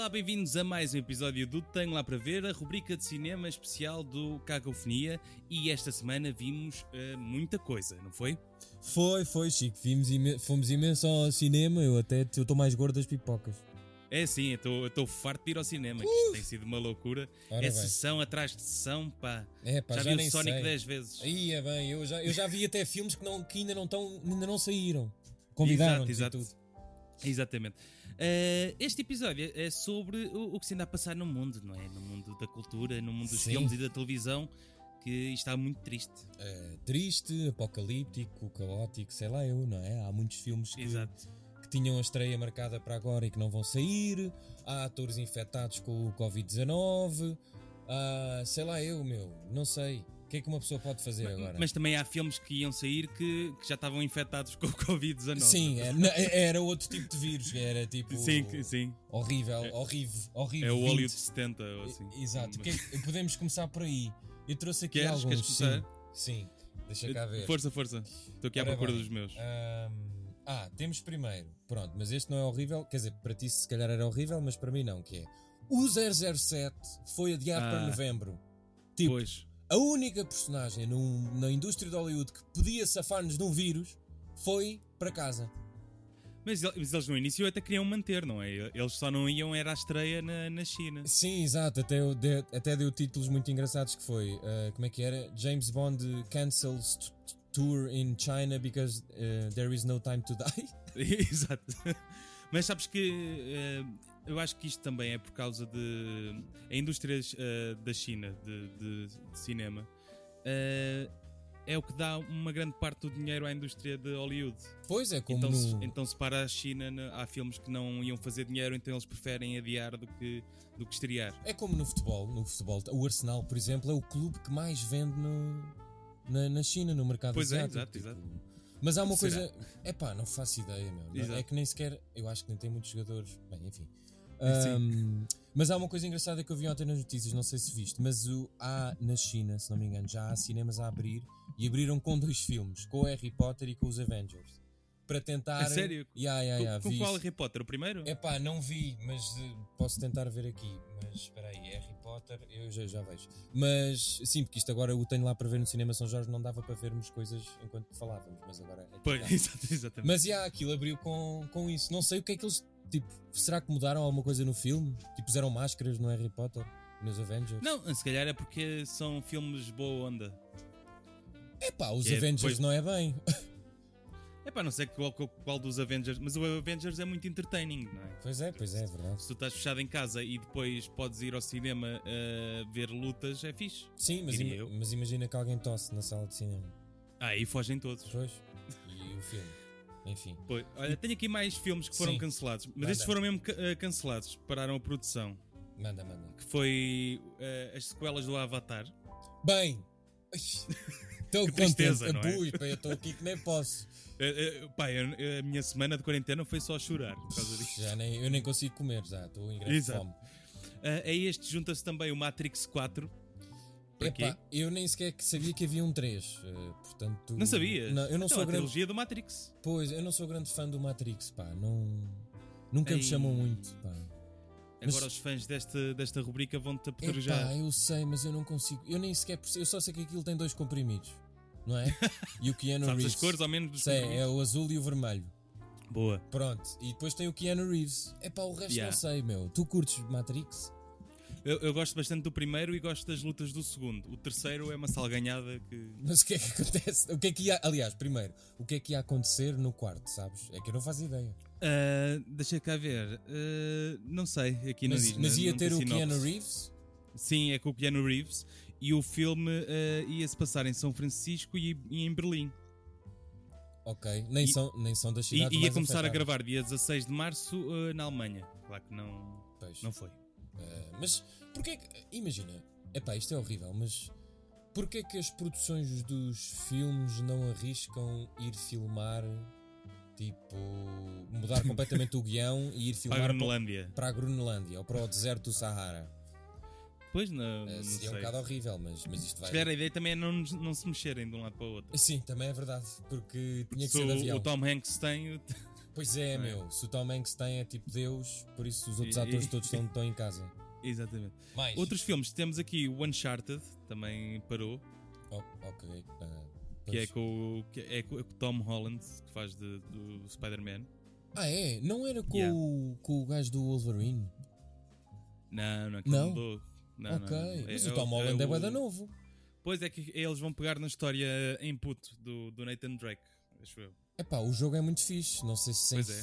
a mais um episódio do Tenho Lá Para Ver, a rubrica de cinema especial do Cacofonia. E esta semana vimos eh, muita coisa, não foi? Foi, foi, Chico. Vimos imen- fomos imenso ao cinema. Eu até estou mais gordo das pipocas. É sim, eu estou farto de ir ao cinema, que isto tem sido uma loucura. Uh! Ora é bem. sessão atrás de sessão, pá. É, pá, já vi nem o Sonic sei. 10 vezes. Aí é bem, eu já, eu já vi até filmes que, não, que ainda, não tão, ainda não saíram. Convidaram-nos e Exato, tudo. exato. Exatamente. Eh, este episódio é sobre o, o que se anda a passar no mundo, não é? No mundo da cultura, no mundo dos Sim. filmes e da televisão, que está muito triste. Eh, triste, apocalíptico, caótico, sei lá eu, não é? Há muitos filmes que, Exato. que tinham a estreia marcada para agora e que não vão sair. Há atores infectados com o Covid-19. Ah, sei lá eu, meu, não sei. O que é que uma pessoa pode fazer agora? Mas também há filmes que iam sair que, que já estavam infectados com o Covid-19. Sim, é- na- era outro tipo de vírus, era tipo. Sim, que- sim. Horrível, horrível, horrível. É o óleo 20. de 70 ou assim. Exato, é Mas- Que- podemos começar por aí. Eu trouxe aqui Queres- alguns. queres sim, começar? sim, deixa cá ver. Força, força. Estou aqui à Ora procura bem, É dos meus. Ahm, ah, temos primeiro. Pronto, mas este não é horrível. Quer dizer, para ti se calhar era horrível, mas para mim não, que é. O 007 foi adiado para Ah. novembro. Tipo, Pois. a única personagem num- na indústria de Hollywood que podia safar-nos de um vírus foi para casa. Mas, el- mas eles no início até queriam manter, não é? Eles só não iam, era à estreia na, na China. Sim, exato. Até, eu de- até deu títulos muito engraçados que foi. eh, como é que era? James Bond cancels t- t- tour in China because eh, there is no time to die. Exato. Mas sabes que eh, eu acho que isto também é por causa de. A indústria eh, da China de, de- de cinema eh, é o que dá uma grande parte do dinheiro à indústria de Hollywood. Pois é, como Então, se, no... então se para a China, na- há filmes que não iam fazer dinheiro, então eles preferem adiar do que, do que estrear. É como no futebol, no futebol. O Arsenal, por exemplo, é o clube que mais vende no- na, na China, no mercado Pois é, asiático. tipo. exato, exato. Mas há uma Será? coisa. É pá, não faço ideia, meu. Não- Exato. É que nem sequer. Eu acho que nem tem muitos jogadores. Bem, enfim. Sim. Ahm, mas há uma coisa engraçada que eu vi ontem nas notícias, não sei se viste, mas o, há na China, se não me engano, já há cinemas a abrir e abriram com dois filmes, com o Harry Potter e com os Avengers. Para tentar. A sério? Yeah, yeah, yeah, com vi com qual É, isso. É Harry Potter? O primeiro? Epá, não vi, mas eh, posso tentar ver aqui. Mas espera aí, Harry Potter, eu já, já vejo. Mas sim, porque isto agora o tenho lá para ver no cinema São Jorge, não dava para vermos coisas enquanto falávamos, mas agora. aqui Pois, dá. exato, exatamente. Mas já, aquilo abriu com, com isso. Não sei o que é que eles. Tipo, será que mudaram alguma coisa no filme? Tipo, puseram máscaras no Harry Potter, nos Avengers? Não, se calhar é porque são filmes boa onda. Epá, os É, Avengers pois- não é bem. É pá, não sei qual, qual- qual dos Avengers, mas o Avengers é muito entertaining, não é? Pois é, pois é, é verdade. Se tu estás fechado em casa e depois podes ir ao cinema uh, ver lutas, é fixe. Sim, mas, Diria ima- eu. mas imagina que alguém tosse na sala de cinema. Ah, aí fogem todos. Pois. E o filme. Enfim. Pois, olha, tenho aqui mais filmes que foram Sim. cancelados, mas Manda. estes foram mesmo ca- uh, cancelados, pararam a produção. Manda, manda. Que foi uh, as sequelas do Avatar. Bem, estou tristeza, contente. não é? Ui, pá, eu estou aqui que nem posso. Uh, uh, pá, eu- a minha semana de quarentena foi só chorar por causa disso. Já nem, eu nem consigo comer, já estou em grande Exato. fome. Uh, a este junta-se também o Matrix 4. Para quê? Epá, eu nem sequer que sabia que havia um 3. eh, portanto, Não sabias? Não, eu, não Então, sou a grande, trilogia do Matrix. pois, eu não sou grande fã do Matrix, pá. Não, nunca Ei. me chamam muito, pá. Mas- Agora os fãs desta, desta rubrica vão-te apedrejar. Epá, eu sei, mas eu não consigo. Eu nem sequer perce- Eu só sei que aquilo tem dois comprimidos, não é? E o Keanu Sabes Reeves. as cores ao menos dos Sei, é comprimidos? o azul e o vermelho. Boa. Pronto, e depois tem o Keanu Reeves. É pá, o resto Yeah. não sei, meu. Tu curtes Matrix? Eu, eu gosto bastante do primeiro e gosto das lutas do segundo. O terceiro é uma salganhada que. Mas o que é que acontece? O que é que ia, aliás, primeiro, o que é que ia acontecer no quarto, sabes? É que eu não faço ideia. Ah, deixa cá ver. Ah, não sei, aqui não mas, diz. mas não- ia não ter tem o sinopse. Keanu Reeves? Sim, é com o Keanu Reeves. E o filme ah, ia-se passar em São Francisco e, e em Berlim. Ok, nem, E- são, nem são das E cidades ia mais começar a afetadas. gravar dia 16 de março ah, na Alemanha. Claro que não, Pois. não foi. Eh, mas porquê é que. Imagina, epá, isto é horrível, mas porquê é que as produções dos filmes não arriscam ir filmar, tipo, mudar completamente o guião e ir Para a filmar para, Groenlândia. para a Groenlândia ou para o deserto do Sahara? Pois não, Eh, não sei. seria um bocado horrível, mas, mas isto Se vai. calhar a ideia também é não, nos- não se mexerem de um lado para o outro. Sim, também é verdade, porque tinha que Se ser de o, avião. o Tom Hanks tem, o- Pois é, Não é? meu. Se o Tom Hanks tem é tipo Deus, por isso os outros E- atores e- todos estão, estão em casa. Exatamente. Mais. Outros filmes, temos aqui o Uncharted, também parou, Oh, ok. ah, que é, pois. com, o- que é com o Tom Holland, que faz de, do Spider-Man. Ah, é? Não era com, Yeah. o, com o gajo do Wolverine? Não, não é que Não? mudou. Não, não, ok. não. Mas o Tom Holland é, é, o- novo. Pois é que eles vão pegar na história input do, do Nathan Drake, acho eu. Epá, o jogo é muito fixe. Não sei se sem Pois é.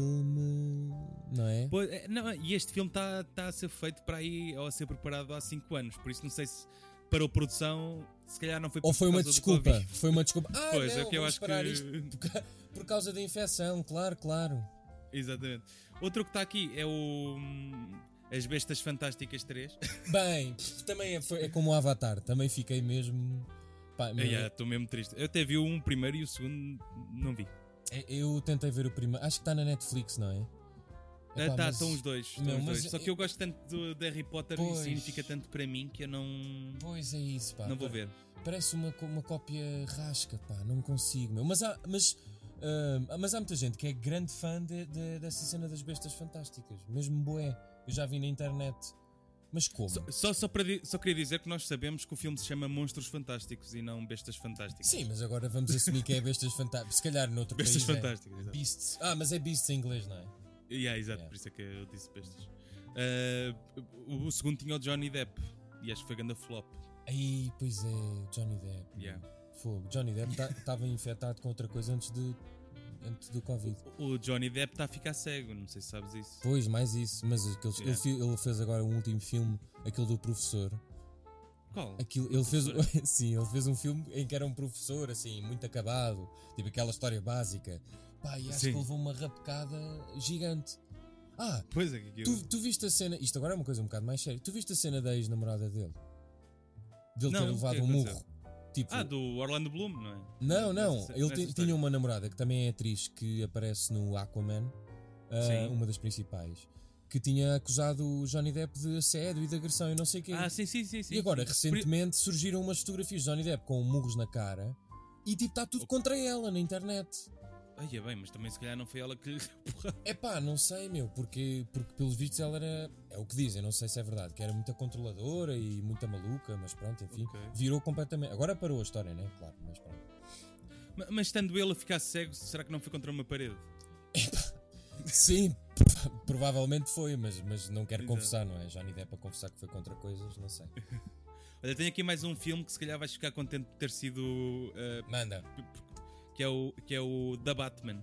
filme. Não é? Pois, é, não, e este filme está tá a ser feito para aí, ou a ser preparado há 5 anos, por isso não sei se parou produção, se calhar não foi Ou por foi uma causa do desculpa? Covid. Foi uma desculpa. Ah, Pois, não, é o que eu vamos acho que. parar isto por, ca- por causa da infecção, claro, claro. Exatamente. Outro que está aqui é o. hum, As Bestas Fantásticas 3. Bem, também é, foi- é como o Avatar. Também fiquei mesmo. Pá, meu, Estou mesmo triste. Eu até vi o um primeiro e o segundo não vi. é- Eu tentei ver o primeiro. Acho que está na Netflix, não é? Ah, Epá, tá, mas- estão os dois. estão Não, os mas dois. Só é- que eu gosto tanto do, de Harry Potter Pois. e significa tanto para mim que eu não. Pois é isso, pá. não vou Pa- ver. Parece uma, co- uma cópia rasca, pá. Não consigo, meu. Mas há, mas, ah, mas há muita gente que é grande fã de- de- dessa cena das bestas fantásticas. Mesmo boé. Eu já vi na internet. Mas como? Só, só, só, para di- só queria dizer que nós sabemos que o filme se chama Monstros Fantásticos e não Bestas Fantásticas. Sim, mas agora vamos assumir que é bestas fantásticas. Se calhar noutro Bestas país. é Fantásticas. exato. Beasts. Ah, mas é Beasts em inglês, não é? Yeah, exato, Yeah. por isso é que eu disse Bestas. Ah, o, o segundo tinha o Johnny Depp e acho que foi ganda flop. Aí, pois é, Johnny Depp. Yeah. Fogo. Johnny Depp estava infectado com outra coisa antes, de, antes do Covid. O Johnny Depp está a ficar cego, não sei se sabes isso. Pois, mais isso. Mas aqueles, ele Yeah. fi- ele, fez agora um último filme, aquele do professor. Qual? Aquilo, ele fez, sim, ele fez um filme em que era um professor, assim, muito acabado. Tipo aquela história básica. Pá, e acho Sim. que levou uma rapecada gigante. Ah, Pois é que aquilo. Tu, tu viste a cena, isto agora é uma coisa um bocado mais séria. Tu viste a cena da ex-namorada dele? Dele Não, ter o que levado um aconteceu? murro. Tipo, Ah, do Orlando Bloom, não é? não, não. Nessa- Ele nessa ti- história. Ah, tinha uma namorada que também é atriz que aparece no Aquaman, ah, Sim. uma das principais, que tinha acusado o Johnny Depp de assédio e de agressão e não sei o quê. Ah, sim, sim, sim. sim. e agora, Por- recentemente, surgiram umas fotografias de Johnny Depp com murros na cara e tipo, está tudo contra ela na internet. Ai, é bem, mas também se calhar não foi ela que lhe deu porrada. É pá, não sei, meu, porque, porque pelos vistos ela era. É o que dizem, não sei se é verdade, que era muita controladora e muita maluca, mas pronto, enfim. Ok. Virou completamente. Agora parou a história, né? Claro, mas pronto. Ma- Mas estando ele a ficar cego, será que não foi contra uma parede? Sim, p- provavelmente foi, mas, mas não quero Exato. confessar, não é? Já nem ideia para confessar que foi contra coisas, não sei. Olha, tenho aqui mais um filme que se calhar vais ficar contente por ter sido. uh, Manda. que, é o, que é o da Batman.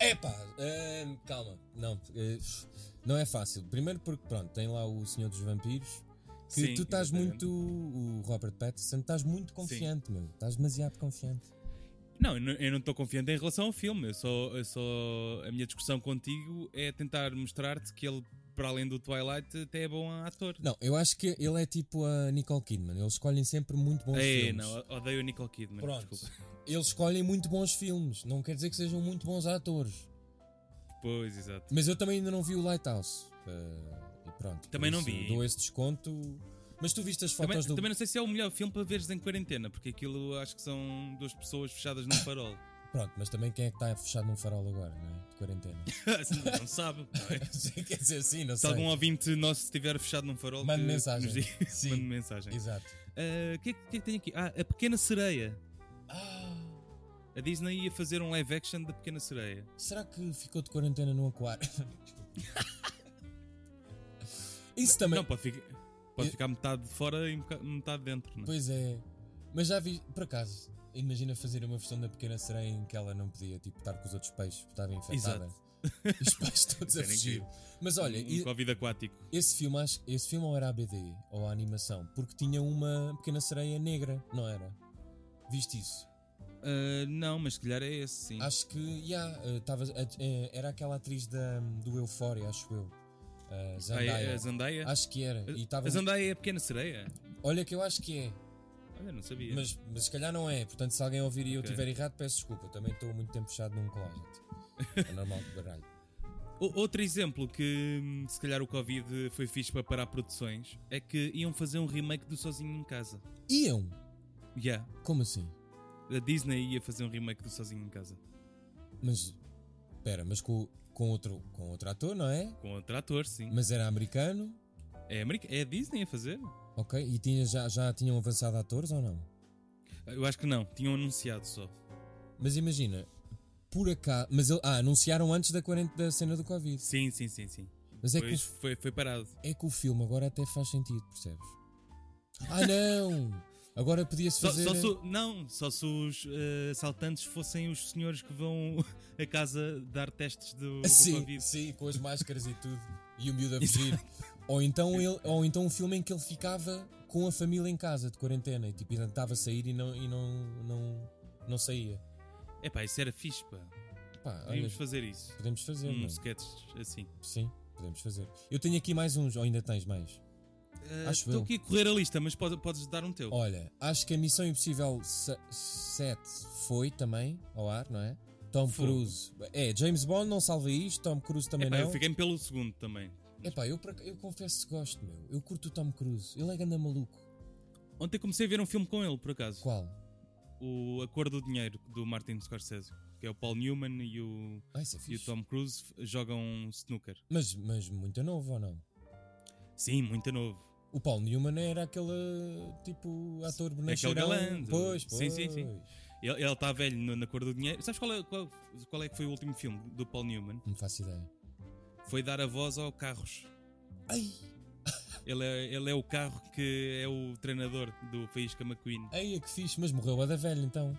É pá, ahm, calma. Não, eh, não é fácil. Primeiro porque, pronto, tem lá o Senhor dos Vampiros. Que Sim, tu estás exatamente. muito. O Robert Pattinson, estás muito confiante, meu. Estás demasiado confiante. Não, eu não- eu não estou confiante em relação ao filme. Eu só, eu só. A minha discussão contigo é tentar mostrar-te que ele, para além do Twilight, até é bom ator. Não, eu acho que ele é tipo a Nicole Kidman. Eles escolhem sempre muito bons Ei, filmes. não, odeio o Nicole Kidman. Pronto. Desculpa. Eles escolhem muito bons filmes. Não quer dizer que sejam muito bons atores. Pois, exato. Mas eu também ainda não vi o Lighthouse. Eh, e pronto. Também por não isso vi. Dou esse desconto. Mas tu viste as Também, fotos do. também não sei se é o melhor filme para veres em quarentena, porque aquilo acho que são duas pessoas fechadas num farol. Pronto, mas também quem é que está fechado num farol agora, não é? De quarentena. não sabe. Não é? quer dizer, sim, não Se sei. algum ouvinte nosso estiver fechado num farol, Mande que- que mensagem. nos diga- Sim. Mande mensagem. Exato. Ah, O que, é, que- o que é que tem aqui? Ah, a Pequena Sereia. Ah, A Disney ia fazer um live action da Pequena Sereia. será que ficou de quarentena no aquário? Isso também. Não, pode, ficar- pode E- ficar metade fora e um boca- metade dentro. Não? é? Pois é. Mas já vi, por acaso, imagina fazer uma versão da pequena sereia em que ela não podia tipo, estar com os outros peixes, porque estava infectada. E os peixes todos Isso a era fugir. incrível. Mas olha, um, um e- Covid aquático. esse filme, acho, esse filme ou era ABD ou a animação, porque tinha uma pequena sereia negra, não era? Viste isso? Ah, não, mas se calhar é esse, sim. Acho que, já, eh, tava- eh, eh, era aquela atriz da, do Euphoria, acho eu. Eh, Ah, Zendaya. é- é a Zandaia? Acho que era. E tava, A Zandaia é a Pequena Sereia? olha que eu acho que é. Olha, não sabia. Mas, mas se calhar não é, portanto, se alguém ouvir e eu Ok. tiver errado, peço desculpa. Também estou muito tempo fechado num closet. É normal que baralho. O- Outro exemplo que hum, se calhar o Covid foi fixe para parar produções é que iam fazer um remake do Sozinho em Casa. Iam? Yeah. Como assim? A Disney ia fazer um remake do Sozinho em Casa. Mas Pera, mas com, com, outro, com outro ator, não é? Com outro ator, sim. Mas era americano, É, América- é a Disney a fazer? ok? E tinha, já, já tinham avançado atores ou não? Eu acho que não, tinham anunciado só. Mas imagina, por acaso. Mas ele- ah, anunciaram antes da, quarenta, da cena do Covid. Sim, sim, sim, sim. Mas é que, Pois foi, foi parado. o- é que o filme agora até faz sentido, percebes? Ah, não! Agora podia-se Só, fazer. só se, o- não, só se os eh, assaltantes fossem os senhores que vão a casa dar testes do, do sim, Covid. sim, com as máscaras e tudo. E o miúdo a fugir. ou, então ele, ou então um filme em que ele ficava com a família em casa de quarentena e tipo, ele tentava sair e não, e não, não, não saía. É pá, isso era fixe, pá. Pá, olha, Podíamos fazer isso. podemos fazer, Um mano. sketch assim. Sim, podemos fazer. Eu tenho aqui mais uns, ou ainda tens mais? Eh, Acho Estou eu. Oh, aqui a correr a lista, mas pode- podes dar um teu. Olha, acho que a Missão Impossível se- 7 foi também ao ar, não é? Tom Foi. Cruise. É, James Bond não salva isto, Tom Cruise também Epá, não. eu fiquei pelo segundo também. Epá, eu, por ac- eu confesso que gosto, meu. Eu curto o Tom Cruise. Ele é ganda maluco. Ontem comecei a ver um filme com ele, por acaso. Qual? O A Cor do Dinheiro, do Martin Scorsese. Que é o Paul Newman e o, Ah, isso é e o fixe. Tom Cruise f- jogam snooker. Mas, mas muito novo ou não? Sim, muito novo. O Paul Newman era aquele tipo ator bonacheirão. galã do- Pois, pois. Sim, sim, sim. Ele está velho no- na Cor do Dinheiro. Sabes qual é, qual, qual é que foi o último filme do Paul Newman? Não faço ideia. Foi dar a voz ao Carros. Ai, Ele é, ele é o carro que é o treinador do Faísca McQueen. ai, é que fixe. Mas morreu a da velha então.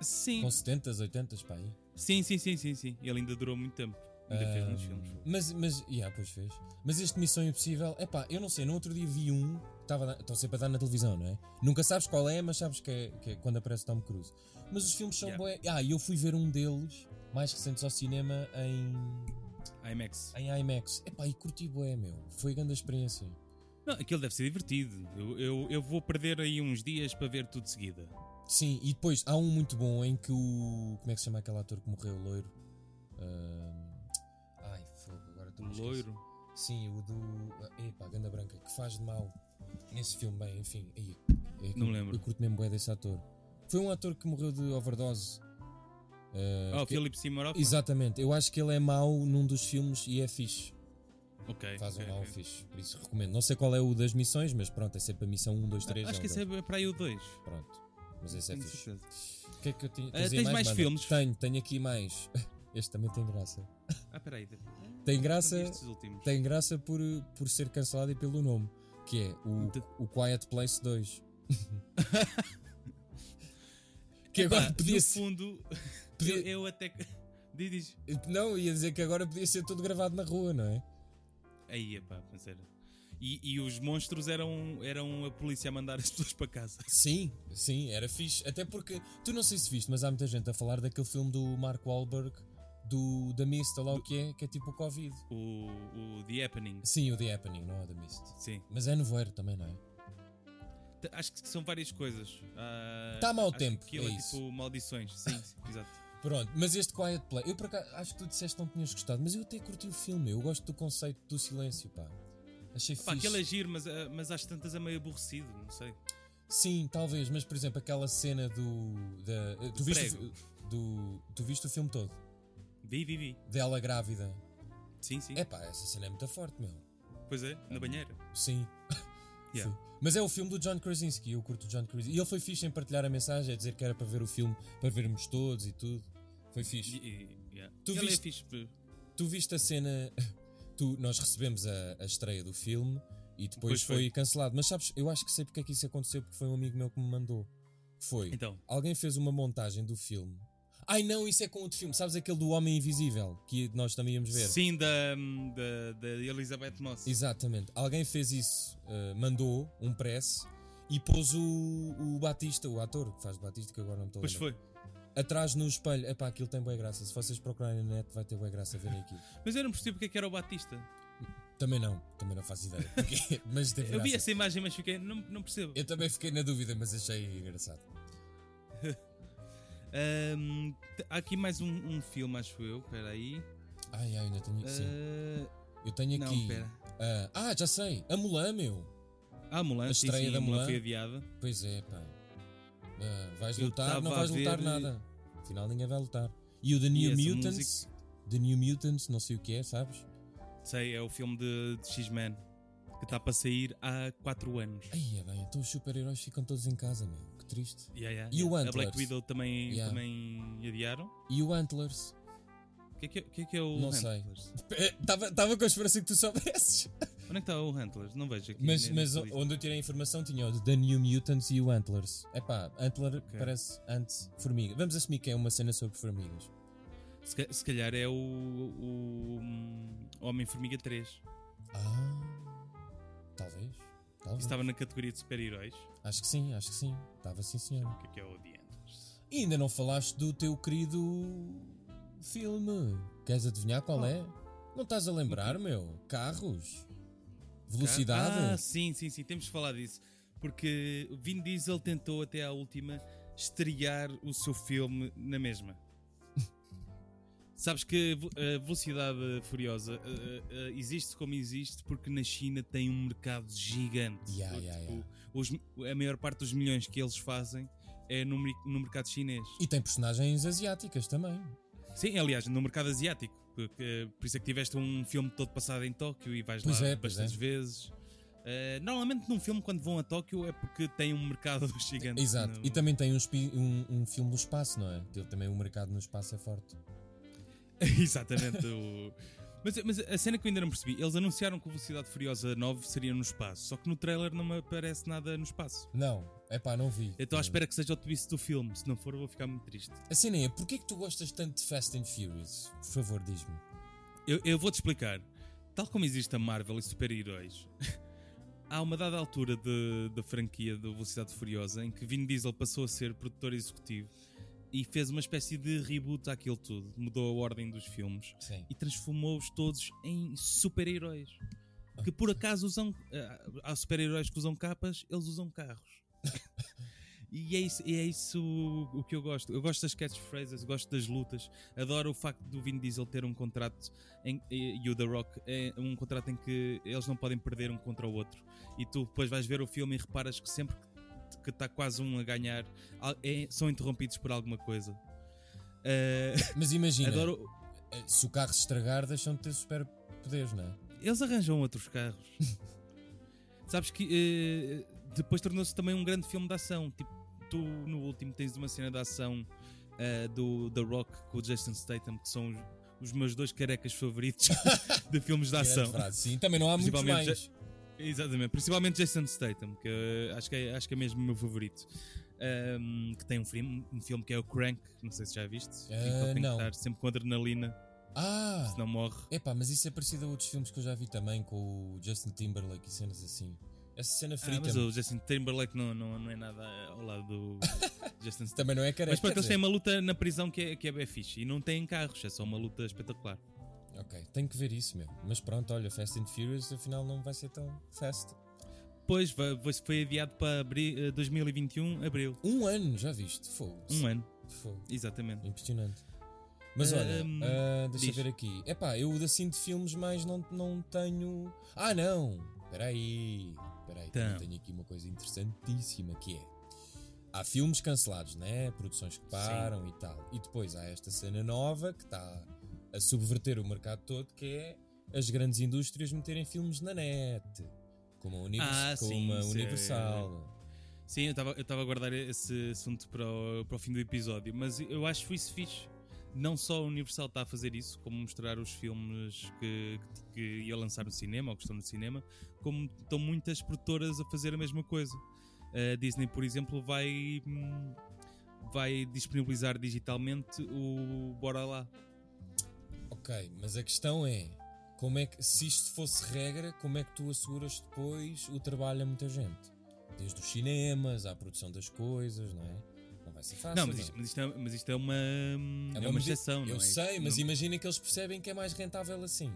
Sim, Com 70s, 80s, pá aí. sim, sim, sim, sim, sim. Ele ainda durou muito tempo. Ainda fez Ah, muitos filmes. Mas, mas, yeah, pois fez. Mas este Missão Impossível, é pá, eu não sei, no outro dia vi um, que estava a dar- estão sempre a dar na televisão, não é? Nunca sabes qual é, mas sabes que é, que é quando aparece Tom Cruise. Mas os filmes são Yeah. bué. Ah, e eu fui ver um deles, mais recentes ao cinema, em, IMAX. em IMAX. É pá, e curti bué, meu. Foi grande experiência. Não, aquilo deve ser divertido. Eu, eu, eu vou perder aí uns dias para ver tudo de seguida. Sim, e depois há um muito bom em que o. Como é que se chama aquele ator que morreu, loiro? Ah, ai, fogo, agora estou Um loiro. Sim, o do. ah, Epá, Ganda Branca, que faz de mal nesse filme, bem, enfim. Aí, é que Não eu- me lembro. Eu curto mesmo bem desse ator. Foi um ator que morreu de overdose. Ah, Ah, o que- Philip Seymour Hoffman? Exatamente, eu acho que ele é mau num dos filmes e é fixe. Ok. Faz um ok, mau ok. fixe, por isso recomendo. Não sei qual é o das missões, mas pronto, é sempre a missão 1, 2, 3. Acho que esse é para aí o 2. Pronto, mas esse é Tenho fixe. certeza. O que é que eu tinha? Ah, tens mais mano? filmes? Tenho, tenho aqui mais. Este também tem graça. Ah, peraí. Tem graça. Estes últimos. tem graça por, por ser cancelado e pelo nome, que é Então- o, o Quiet Place 2. que Epá, agora podia no ser. fundo, podia- eu, eu até. que- Diz, diz. Não, ia dizer que agora podia ser tudo gravado na rua, não é? Aí, epá, mas era. E, e os monstros eram, eram a polícia a mandar as pessoas para casa. Sim, sim, era fixe. Até porque, tu não sei se viste, mas há muita gente a falar daquele filme do Mark Wahlberg, do The Mist, ou lá o que é, que é tipo o Covid. O, o The Happening. Sim, o The Happening, não é o The Mist. Sim. Mas é nevoeiro também, não é? T- Acho que são várias coisas. Ah, Tá mau acho que tempo, Aquilo é é, isso. tipo maldições. Sim, sim, exato. Pronto, mas este Quiet Play, eu por acaso acho que tu disseste que não tinhas gostado, mas eu até curti o filme, eu gosto do conceito do silêncio, pá. Achei Pá, fixe. aquele é giro, mas, ah, mas às tantas é meio aborrecido, não sei. Sim, talvez, mas por exemplo, aquela cena do. Da, eh, tu, viste, prego. o- do tu viste o filme todo? Vi, vi, vi. Dela grávida. Sim, sim. É pá, essa cena é muito forte, meu. Pois é, na banheira. Sim. Yeah. Sim. Mas é o filme do John Krasinski, eu curto o John Krasinski. E ele foi fixe em partilhar a mensagem, a dizer que era para ver o filme, para vermos todos e tudo. Foi fixe. E- e- yeah. Tu Ele é viste- fixe. p- Tu viste a cena. Tu, nós recebemos a, a estreia do filme e depois Pois foi. foi. cancelado. Mas sabes, eu acho que sei porque é que isso aconteceu, porque foi um amigo meu que me mandou. Foi. Então, Alguém fez uma montagem do filme. Ai não, isso é com outro filme. Sabes aquele do Homem Invisível que nós também íamos ver? sim, da, hum, da, da Elizabeth Moss. Exatamente. Alguém fez isso, eh, mandou um press e pôs o, o Batista, o ator que faz Batista, que agora não me estou a Pois lembrar, foi. atrás no espelho. Epá, aquilo tem boa graça. Se vocês procurarem na net, vai ter boa graça verem aquilo. Mas eu não percebi porque é que era o Batista. Também não, também não faço ideia. Porque, mas teve Eu vi graça. essa imagem, mas fiquei, não, não percebo. assim. Eu também fiquei na dúvida, mas achei engraçado. Ahm, t- há aqui mais um, um filme, acho eu. Espera aí. Ai, ai, ainda tenho. Sim. Ah, Eu tenho não, aqui. espera. ah, ah, já sei! A Mulan, meu! Ah, Mulan, A sim, estreia sim, da a Mulan Mulan. foi adiada. Pois é, pá. Ah, vais Eu lutar, não tava vais a lutar ver- eh, nada. Afinal, ninguém vai lutar. E o The New essa Mutants, The New Mutants, não sei o que é, sabes? Sei, é o filme de, de X-Men que está para sair há 4 anos. Aí é bem, então os super-heróis ficam todos em casa, meu. Que triste. Yeah, yeah, E o yeah. A Antlers? Black Widow também, Yeah. também adiaram. E o Antlers? O que é que, é- o que é que é o Não sei. Antlers? Estava com a esperança que tu soubesses. Onde é que está o Antlers? Não vejo aqui. Mas, ne- mas nesta o- lista. onde eu tirei a informação tinha o de The New Mutants e o Antlers. Epá, Antler Ok. parece ant-formiga. Vamos assumir que é uma cena sobre formigas. Se, ca- se calhar é o, o, hum, Homem-Formiga 3. Isso Ah, talvez. talvez. estava na categoria de super-heróis. Acho que sim, acho que sim. Estava sim, senhora. O que é que é o The Antlers? E ainda não falaste do teu querido filme. Queres adivinhar qual é? Não estás a lembrar, meu? Carros? Ah, Velocidade? sim, sim, sim. Temos de falar disso. Porque o Vin Diesel tentou até à última estrear o seu filme na mesma. Sabes que vo- a Velocidade Furiosa eh, eh, existe como existe porque na China tem um mercado gigante. Yeah, yeah, Tipo, yeah. os- a maior parte dos milhões que eles fazem é no, mer- no mercado chinês. E tem personagens asiáticas também. Sim, aliás, no mercado asiático. porque, eh, Por isso é que tiveste um filme todo passado em Tóquio e vais Pois lá é, pois bastantes é. vezes. Eh, normalmente num filme quando vão a Tóquio é porque tem um mercado gigante. Exato. no- E também tem um, espi- um- um filme no espaço, não é? Ele também o mercado no espaço é forte. Exatamente. o- Mas, mas a cena que eu ainda não percebi, eles anunciaram que o Velocidade Furiosa 9 seria no espaço, só que no trailer não me aparece nada no espaço. Não, é pá, não vi. Eu estou à espera que seja o twist do filme, se não for eu vou ficar muito triste. A cena é, porquê que tu gostas tanto de Fast and Furious? Por favor, diz-me. Eu, eu vou-te explicar. Tal como existe a Marvel e super-heróis, há uma dada altura de- da franquia do Velocidade Furiosa em que Vin Diesel passou a ser produtor executivo e fez uma espécie de reboot àquilo tudo. Mudou a ordem dos filmes Sim. e transformou-os todos em super-heróis. Que por acaso usam. ah, Há super-heróis que usam capas, eles usam carros. E é isso, e é isso o, o que eu gosto. Eu gosto das catchphrases, gosto das lutas. Adoro o facto do Vin Diesel ter um contrato em, e, e o The Rock é um contrato em que eles não podem perder um contra o outro. E tu depois vais ver o filme e reparas que sempre que- que está quase um a ganhar al- é- são interrompidos por alguma coisa. Ah, Mas imagina, adoro. eh, se o carro se estragar, deixam de ter super poderes, não é? Eles arranjam outros carros. Sabes que eh, depois tornou-se também um grande filme de ação. Tipo, tu no último tens uma cena de ação eh, do The Rock com o Jason Statham, que são os, os meus dois carecas favoritos de filmes de Grande ação. frase. Sim, também não há muitos Principalmente mais. Exatamente, principalmente Jason Statham, que eh, acho que é, acho que é mesmo o meu favorito. Ahm, que tem um filme, um filme que é o Crank, não sei se já viste. Eh, em que ele tem não. que estar sempre com adrenalina, Ah! senão morre. Epá, mas isso é parecido a outros filmes que eu já vi também, com o Justin Timberlake e cenas assim. Essa cena Ah, frita mas o Justin Timberlake não, não, não é nada ao lado do Justin Statham. também não é Mas pronto, careca. quer eles têm dizer. uma luta na prisão que é, que é bem fixe. E não têm carros, é só uma luta espetacular. Ok, tenho que ver isso, meu. Mas pronto, olha, Fast and Furious afinal não vai ser tão fast. Pois, va- va- foi adiado para abri- eh, 2021, abril. Um ano, já viste? Fogo. Um ano, Fogo. exatamente. Impressionante. Mas olha, Ahm, ah, deixa eu diz. ver aqui. Epá, eu assim de filmes mais não, não tenho. Ah, não! Peraí, peraí, também Então. tenho aqui uma coisa interessantíssima que é. Há filmes cancelados, né? Produções que param e tal. E depois há esta cena nova que está a subverter o mercado todo, que é as grandes indústrias meterem filmes na net. Como a, Univers Ah, como sim, a sim. Universal. Sim, eu estava eu tava a guardar esse assunto para o, para o fim do episódio, mas eu acho isso fixe. Não só a Universal está a fazer isso, como mostrar os filmes que, que, que ia lançar no cinema ou que estão no cinema, como estão muitas produtoras a fazer a mesma coisa. A Disney, por exemplo, vai, hum, vai disponibilizar digitalmente o Bora Lá. Ok, mas a questão é, como é que se isto fosse regra, como é que tu asseguras depois o trabalho a muita gente? Desde os cinemas, à produção das coisas, não é? Não vai ser fácil. não, mas isto, mas isto é, mas isto é uma, é uma, medida- exceção, não Eu é? sei, mas Não- imagina que eles percebem que é mais rentável assim.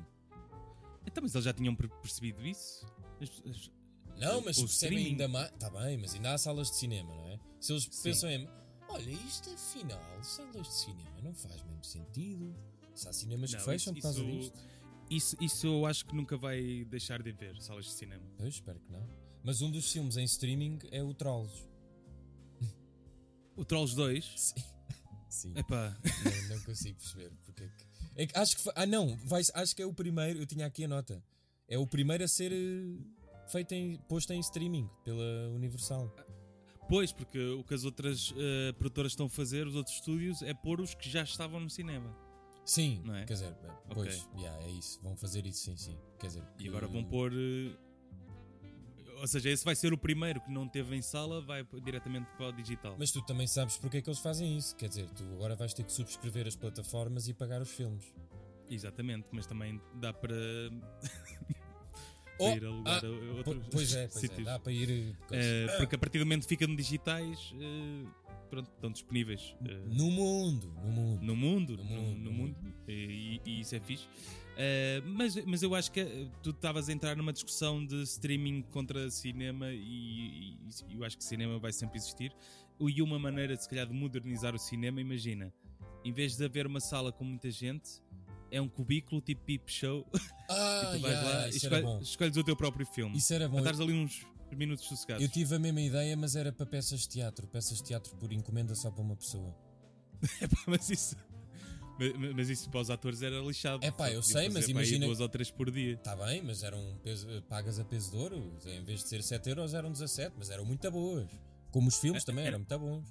Então, mas eles já tinham per- percebido isso? As- as- Não, mas O percebem streaming. ainda mais. Está bem, mas ainda há salas de cinema, não é? Se eles Sim. pensam em. Olha, isto afinal, salas de cinema não faz mesmo sentido. Se há cinemas Não, que fecham isso- por causa isso- disto. Isso, isso eu acho que nunca vai deixar de haver salas de cinema. Pois, espero que não. Mas um dos filmes em streaming é o Trolls. O Trolls 2, Sim. Sim. epá, não, não consigo perceber porque é que. É que acho que foi, ah não, vai, acho que é o primeiro, eu tinha aqui a nota. É o primeiro a ser eh, feito em, posto em streaming pela Universal. Pois, porque o que as outras eh, produtoras estão a fazer, os outros estúdios, é pôr os que já estavam no cinema. Sim, Não é? quer dizer, bem, pois, yeah, é isso, vão fazer isso, sim, sim. Quer dizer, E agora que- vão pôr. eh, Ou seja, esse vai ser o primeiro que não teve em sala, vai p- diretamente para o digital. Mas tu também sabes porque é que eles fazem isso, quer dizer, tu agora vais ter que subscrever as plataformas e pagar os filmes. Exatamente, mas também dá para Oh, ir alugar ah, a po- outros pois é, pois é, sítios. dá para ir. coisa. Eh, porque a partir do momento que fica no digitais, eh, pronto, estão disponíveis eh, no mundo, no mundo. no mundo, no, No mundo, no no mundo, e, e isso é fixe. Eh, mas, mas eu acho que eh, tu estavas a entrar numa discussão de streaming contra cinema e, e- eu acho que cinema vai sempre existir. E uma maneira, se calhar, de modernizar o cinema, imagina, em vez de haver uma sala com muita gente, é um cubículo tipo peep show Ah, tu vais yeah, lá Hum. e isso era escolhe- bom. escolhes o teu próprio filme. Isso era Para bom. estares ali uns minutos sossegados. Eu tive a mesma ideia, mas era para peças de teatro. Peças de teatro por encomenda só para uma pessoa. Epá, mas isso. Mas, mas isso para os atores era lixado. Epá, Só podiam eu sei, mas fazer para aí imagina- duas ou três por dia. Está Tá bem, mas eram peso- eh, pagas a peso de ouro. Em vez de ser 7 euros, eram 17, mas eram muito boas. Como os filmes também eram muito bons.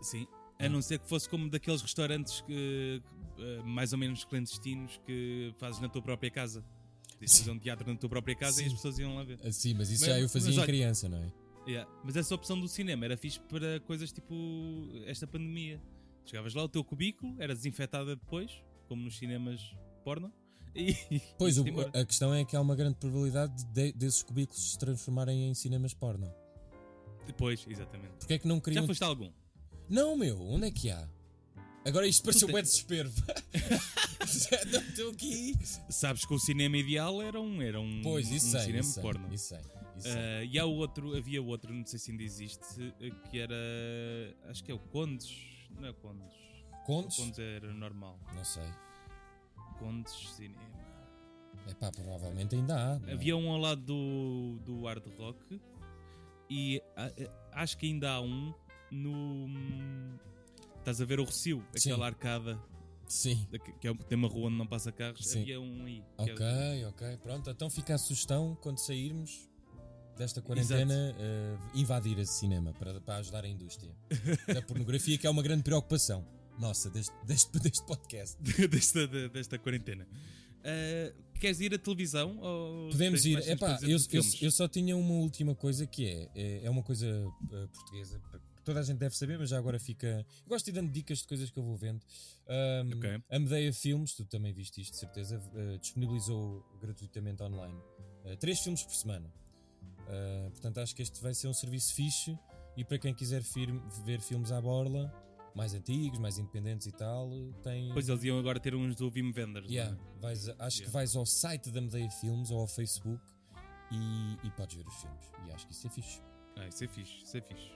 Sim. A Hum. não ser que fosse como daqueles restaurantes que, eh, mais ou menos clandestinos que fazes na tua própria casa. Podes fazer um teatro na tua própria casa e Sim. as pessoas iam lá ver. Ah, Sim, mas isso Mas- já eu fazia mas em olha- criança, não é? Yeah. Mas essa opção do cinema era fixe para coisas tipo esta pandemia. Chegavas lá, o teu cubículo era desinfetada depois, como nos cinemas porno. E Pois, o- e embora. a questão é que há uma grande probabilidade de- desses cubículos se transformarem em cinemas porno. Depois, exatamente. Porque é que não Já queriam. foste a algum? Não, meu, onde é que há? Agora isto pareceu tens- um desespero. Já não estou aqui. Sabes que o cinema ideal era um, era um, Pois, um isso sei. cinema isso sei, porno. Isso sei. Isso sei. Ah, e há outro, havia outro, não sei se ainda existe, eh, que era. Acho que é o Condes. Não é o Condes. Contos? O Condes era normal. Não sei. Condes Cinema. É pá, provavelmente ainda há. não é? Havia um ao lado do, do Hard Rock e ah, eh, acho que ainda há um no. Estás a ver o Rocio, Sim. aquela arcada Sim. que, que é, um- tem uma rua onde não passa carros. Sim. Havia um aí. que é- Ok, ok. Pronto, então fica a sugestão quando sairmos desta quarentena eh, invadir esse cinema para, para ajudar a indústria da pornografia, que é uma grande preocupação. Nossa, deste, deste, deste podcast. desta, de- desta quarentena. Ah, queres ir à televisão? ou Podemos tens ir. mais cenas para Epá, dizer eu, de eu, filmes? eu só tinha uma última coisa que é. É, é uma coisa eh, portuguesa que toda a gente deve saber, mas já agora fica. Eu gosto de ir dando dicas de coisas que eu vou vendo. Ahm, Ok. A Medeia Filmes, tu também viste isto de certeza, eh, disponibilizou gratuitamente online eh, três filmes por semana. Ah, portanto, acho que este vai ser um serviço fixe e para quem quiser fir- ver filmes à borla, mais antigos, mais independentes e tal, tem. Pois é, eles iam agora ter uns do Vim Vendors. Yeah, vais a- acho que Uhum. Yeah. vais ao site da Medeia Filmes ou ao Facebook e, e podes ver os filmes. E acho que isso é fixe. Ah, isso é fixe, isso é fixe.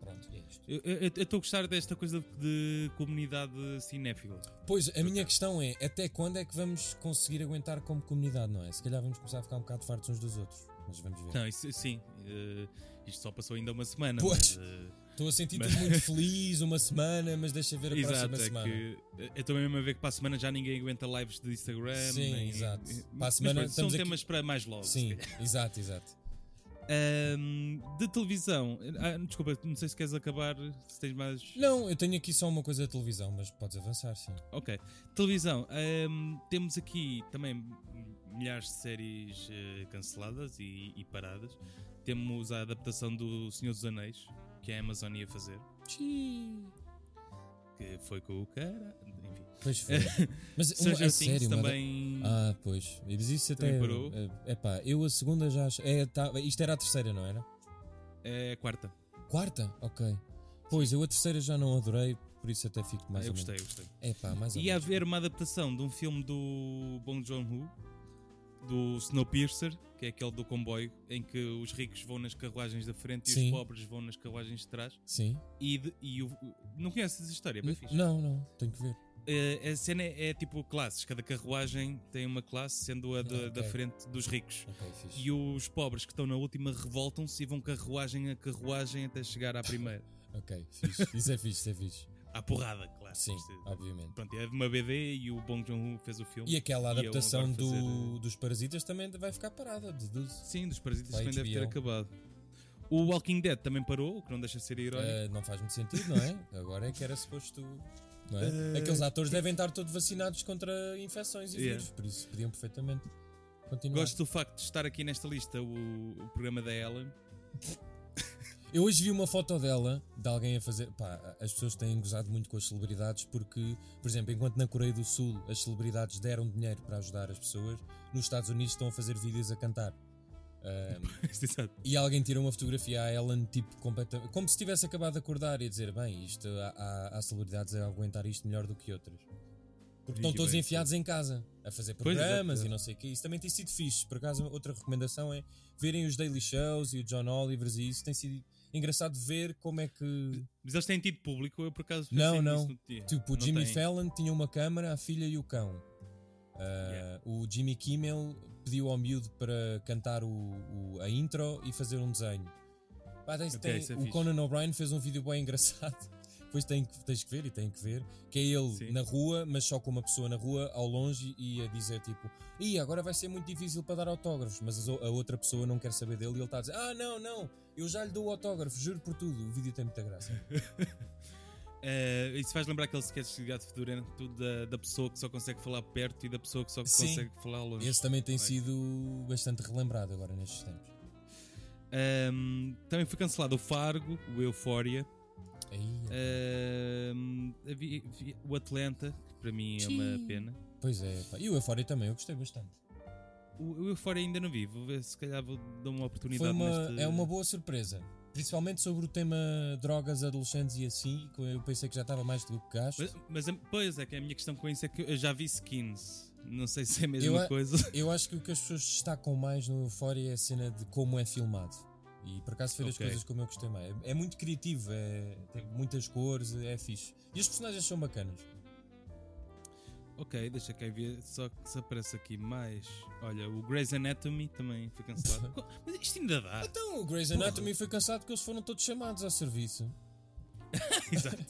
Pronto, é isto. Eu estou a gostar desta coisa de comunidade cinéfila. Pois, a minha questão é, até quando é que vamos conseguir aguentar como comunidade, não é? Se calhar vamos começar a ficar um bocado fartos uns dos outros, mas vamos ver. Não, isso, sim. eh, isto só passou ainda uma semana. Pois. Mas, eh, Estou a sentir tudo muito feliz uma semana, mas deixa ver a exato, próxima é semana. que. eh, Eu também mesmo a ver que para a semana já ninguém aguenta lives de Instagram. Sim, nem- exato. eh, Para a mas semana pronto, são estamos aqui- temas para mais logo. se Sim, calhar. exato, exato. Ahm, de televisão. Ah, desculpa, não sei se queres acabar. Se tens mais. Não, eu tenho aqui só uma coisa da televisão, mas podes avançar, sim. Ok. Televisão. ahm, temos aqui também milhares de séries eh, canceladas e, e paradas. Temos a adaptação do Senhor dos Anéis, que é a Amazon ia fazer. Que foi com o cara. Enfim. Pois foi. Mas uma, Stranger a Things é sério, uma- também. Ah, pois. Mas isso Também até. parou? É pá, eu a segunda já acho. É, tá, isto era a terceira, não era? É a quarta. Quarta? Ok. Pois, eu a terceira já não adorei, por isso até fico mais Ah, eu ou gostei, eu gostei. menos. É pá, mais ou Ia menos. haver uma adaptação de um filme do Bong Joon-ho, do Snowpiercer, que é aquele do comboio, em que os ricos vão nas carruagens da frente e Sim. os pobres vão nas carruagens de trás. Sim. E, de- e o- não conheces essa história, é bem fixe. Não, não, tenho que ver. Eh, a cena é, é tipo classes, cada carruagem tem uma classe, sendo a da, Ah, ok. da frente dos ricos. Ok, fixe. E os pobres que estão na última revoltam-se e vão carruagem a carruagem até chegar à primeira. Ok, fixe. Isso é fixe, isso é fixe. à porrada, claro. Sim, Isto- obviamente. Pronto, é de uma BD e o Bong Joon-ho fez o filme. E E aquela eu adaptação adoro do- fazer- eh, dos Parasitas também vai ficar parada, deduzo. Sim, dos Parasitas Para também deve ter HBO. acabado. O Walking Dead também parou, o que não deixa de ser irónico. Ah, não faz muito sentido, não é? Agora é que era suposto. Não é? Eh, Aqueles atores devem estar todos vacinados contra infecções e Yeah. vírus, por isso podiam perfeitamente continuar. Gosto do facto de estar aqui nesta lista o, o programa da Ellen. Eu hoje vi uma foto dela, de alguém a fazer. Pá, as pessoas têm gozado muito com as celebridades porque, por exemplo, enquanto na Coreia do Sul as celebridades deram dinheiro para ajudar as pessoas, nos Estados Unidos estão a fazer vídeos a cantar. Ah, Exato. E alguém tirou uma fotografia à Ellen, tipo, completamente. Como se tivesse acabado de acordar e dizer: Bem, isto, há, há- há celebridades a aguentar isto melhor do que outras. Porque estão E todos bem, enfiados em casa, a fazer é Pois, exato, programas e exato. não sei o quê. Isso também tem sido fixe. Por acaso, outra recomendação é verem os Daily Shows e o John Olivers e isso. Tem sido engraçado ver como é que. Mas eles têm tido público, eu por acaso Não, pensei não. nisso no dia. Tipo, o Não Jimmy tem. Fallon tinha uma câmara, a filha e o cão. Ah, Yeah. O Jimmy Kimmel pediu ao miúdo para cantar o, o- a intro e fazer um desenho. Pá, tem- Ok, tem- isso é o fixe. Conan O'Brien fez um vídeo bem engraçado. Depois tem que- tens que ver e tem que ver. Que é ele Sim. na rua, mas só com uma pessoa na rua, ao longe, e a dizer tipo: Ih, agora vai ser muito difícil para dar autógrafos. Mas as o- a outra pessoa não quer saber dele e ele está a dizer: Ah, não, não, eu já lhe dou o autógrafo, juro por tudo. O vídeo tem muita graça. Eh, isso faz lembrar aquele sketch de Gato Fedorento da, da pessoa que só consegue falar perto e da pessoa que só Sim. consegue falar longe. Esse também tem Vai. sido bastante relembrado agora nestes tempos. Ahm, Ehm, também foi cancelado o Fargo, o Euphoria, Aí, é. ahm, havia- havia- o Atlanta, que para mim é uma Sim. pena. Pois é, pá. e o Euphoria também, eu gostei bastante. O, o Euphoria ainda não vi, vou ver se calhar vou dar uma Foi oportunidade uma, neste... é uma boa surpresa. Principalmente sobre o tema drogas, adolescentes e assim, que eu pensei que já estava mais do que gasto. Mas, mas a- pois é que a minha questão com isso é que eu já vi skins. Não sei se é a mesma Eu a- coisa. Eu acho que o que as pessoas destacam mais no Euphoria é a cena de como é filmado. E por acaso foi das Ok. coisas como eu gostei mais. É, é muito criativo, é, tem muitas cores, é fixe. E os personagens são bacanas. Ok, deixa cá ver só que se aparece aqui mais. Olha, o Grey's Anatomy também foi cancelado. Co- mas isto ainda dá. Então, o Grey's Anatomy foi cansado porque eles foram todos chamados ao serviço. Exato.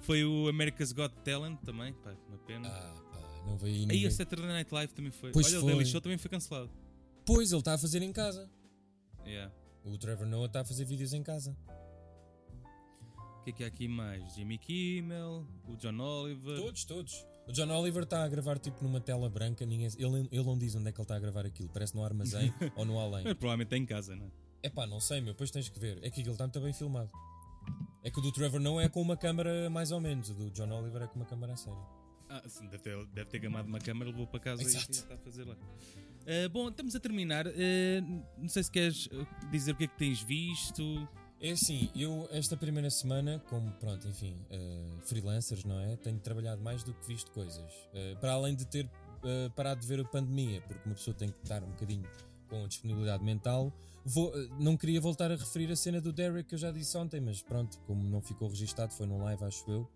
Foi o America's Got Talent também, pá, uma pena. Ah, pá, não veio aí Aí ninguém. a Saturday Night Live também foi. Pois Olha, foi. o Daily Show também foi cancelado. Pois, ele está a fazer em casa. Yeah. O Trevor Noah está a fazer vídeos em casa. O que é que há aqui mais? Jimmy Kimmel, o John Oliver. Todos, todos. O John Oliver está a gravar tipo numa tela branca, ninguém, ele, ele não diz onde é que ele está a gravar aquilo, parece no armazém ou no além. Mas provavelmente é em casa, não é? É pá, não sei, meu, depois tens que ver. É que aquilo está muito bem filmado. É que o do Trevor não é com uma câmara mais ou menos, o do John Oliver é com uma câmara a sério. Ah, sim, deve ter, deve ter gamado uma câmera, levou para casa Exato. e está a fazer lá. Ah, bom, estamos a terminar. Ah, não sei se queres ah, dizer o que é que tens visto. É assim, eu esta primeira semana, como pronto, enfim, eh, freelancers, não é? Tenho trabalhado mais do que visto coisas. Eh, para além de ter eh, parado de ver a pandemia, porque uma pessoa tem que estar um bocadinho com a disponibilidade mental. Vou, eh, não queria voltar a referir a cena do Derek que eu já disse ontem, mas pronto, como não ficou registado, foi num live, acho eu.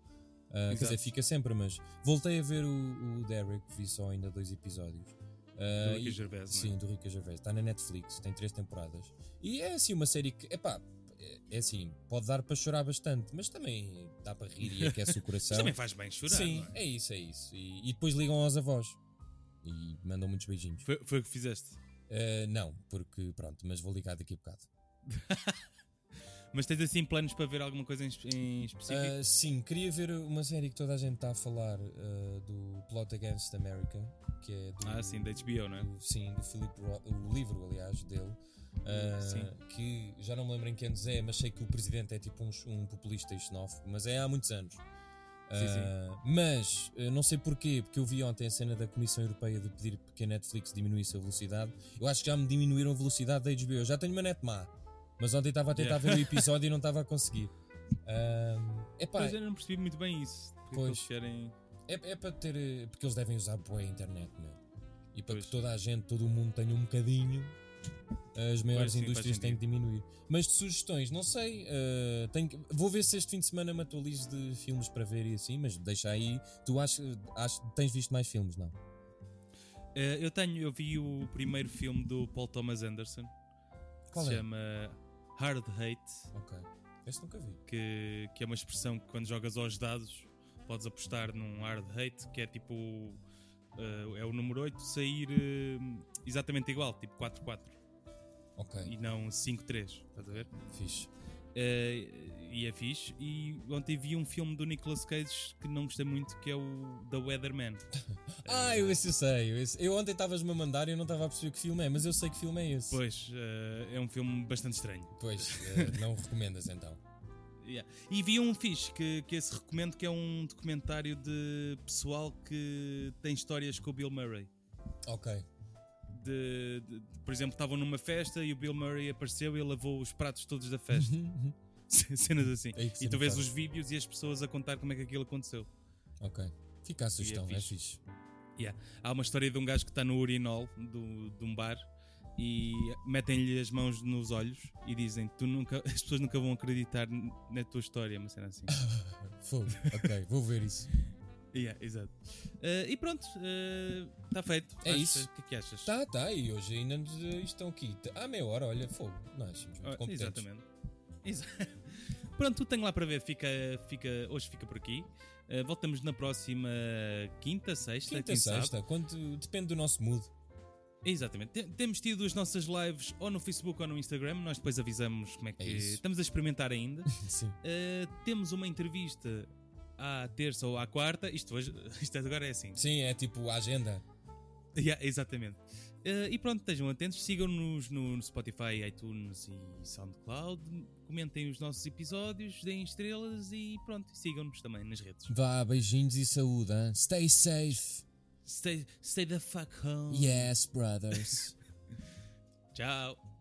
Eh, quer Exato. dizer, fica sempre, mas voltei a ver o, o Derek, vi só ainda dois episódios. Eh, do Ricky e- Gervais, não é? Sim, do Rica Gervais. Está na Netflix, tem três temporadas. E é assim uma série que, epá, é- é assim, pode dar para chorar bastante, mas também dá para rir e aquece o Mas coração. também faz bem chorar. Sim, não é? é isso, é isso. E, e depois ligam aos avós e mandam muitos beijinhos. Foi, foi o que fizeste. Eh, não, porque pronto, mas vou ligar daqui a bocado. Mas tens assim planos para ver alguma coisa em, es- em específico? Ah, sim, queria ver uma série que toda a gente está a falar ah, do Plot Against America, que é do, ah, sim, da HBO, não é? do, sim, do Philip Roth, o livro, aliás, dele. ah, Sim. que já não me lembro em que anos é, mas sei que o presidente é tipo um, um populista e xenófobo, mas é há muitos anos. Sim, sim. Ah, mas ah, não sei porquê, porque eu vi ontem a cena da Comissão Europeia de pedir que a Netflix diminuísse a velocidade. Eu acho que já me diminuíram a velocidade da HBO. Eu já tenho uma net má, mas ontem estava a tentar Yeah. ver o episódio e não estava a conseguir. Ah, epá, Pois eu não percebi muito bem isso. Porque Pois. eles querem. é, é para ter. eh, Porque eles devem usar boa a internet, meu. E para Pois. que toda a gente, todo o mundo tenha um bocadinho, as maiores sim, faz indústrias têm que diminuir. Mas de sugestões, não sei. eh, tenho que- vou ver se este fim de semana me atualizo de filmes para ver e assim, mas deixa aí. Tu achas, achas- tens visto mais filmes, não? Ah, eu tenho, eu vi o primeiro filme do Paul Thomas Anderson. que Qual se é? chama Hard Hate. Ok. Esse nunca vi. que, que é uma expressão que quando jogas aos dados podes apostar num hard hate, que é tipo. eh, é o número 8 sair eh, exatamente igual, tipo 4-4 Ok, e não 5-3, estás a ver? fixe. Eh, e é fixe. E ontem vi um filme do Nicolas Cage que não gostei muito, que é o The Weatherman. Eh, Ah, eu esse eu sei. Eu, esse- eu ontem estavas-me a mandar e eu não estava a perceber que filme é, mas eu sei que filme é esse. Pois, eh, é um filme bastante estranho. Pois, eh, não o recomendas então. Yeah. E vi um fixe que, que esse recomendo, que é um documentário de pessoal que tem histórias com o Bill Murray. Ok, de- de- de- por exemplo, estavam numa festa e o Bill Murray apareceu e lavou os pratos todos da festa. Cenas assim. Ei, que e cena tu vês foda. os vídeos e as pessoas a contar como é que aquilo aconteceu. ok. Fica a sugestão, é fixe. fixe. Há uma história de um gajo que está no urinol do, de um bar e metem-lhe as mãos nos olhos e dizem: tu nunca, As pessoas nunca vão acreditar n- na tua história, uma cena assim. Fogo, ok, vou ver isso. Yeah, exato. Eh, e pronto, está feito. É Acho- isso. O que é que achas? Tá, tá, e hoje ainda nos- eh, estão aqui. Há meia hora, olha, fogo. Nós somos muito Ah, competentes. exatamente. Exa- Pronto, tudo tenho lá para ver. Fica, fica, hoje fica por aqui. Uh, voltamos na próxima quinta, sexta, Quinta, quem sabe. sexta, quando, depende do nosso mood. Exatamente. Te- Temos tido as nossas lives ou no Facebook ou no Instagram. Nós depois avisamos como é que. É isso. Estamos a experimentar ainda. Sim. Uh, temos uma entrevista à terça ou à quarta. Isto, hoje, isto agora é assim. Sim, é tipo a agenda. Yeah, exatamente. Eh, e pronto, estejam atentos, sigam-nos no Spotify, iTunes e SoundCloud, comentem os nossos episódios, deem estrelas e pronto, sigam-nos também nas redes. Vá, beijinhos e saúde, hein? Stay safe. Stay, stay the fuck home. Yes, brothers. Tchau.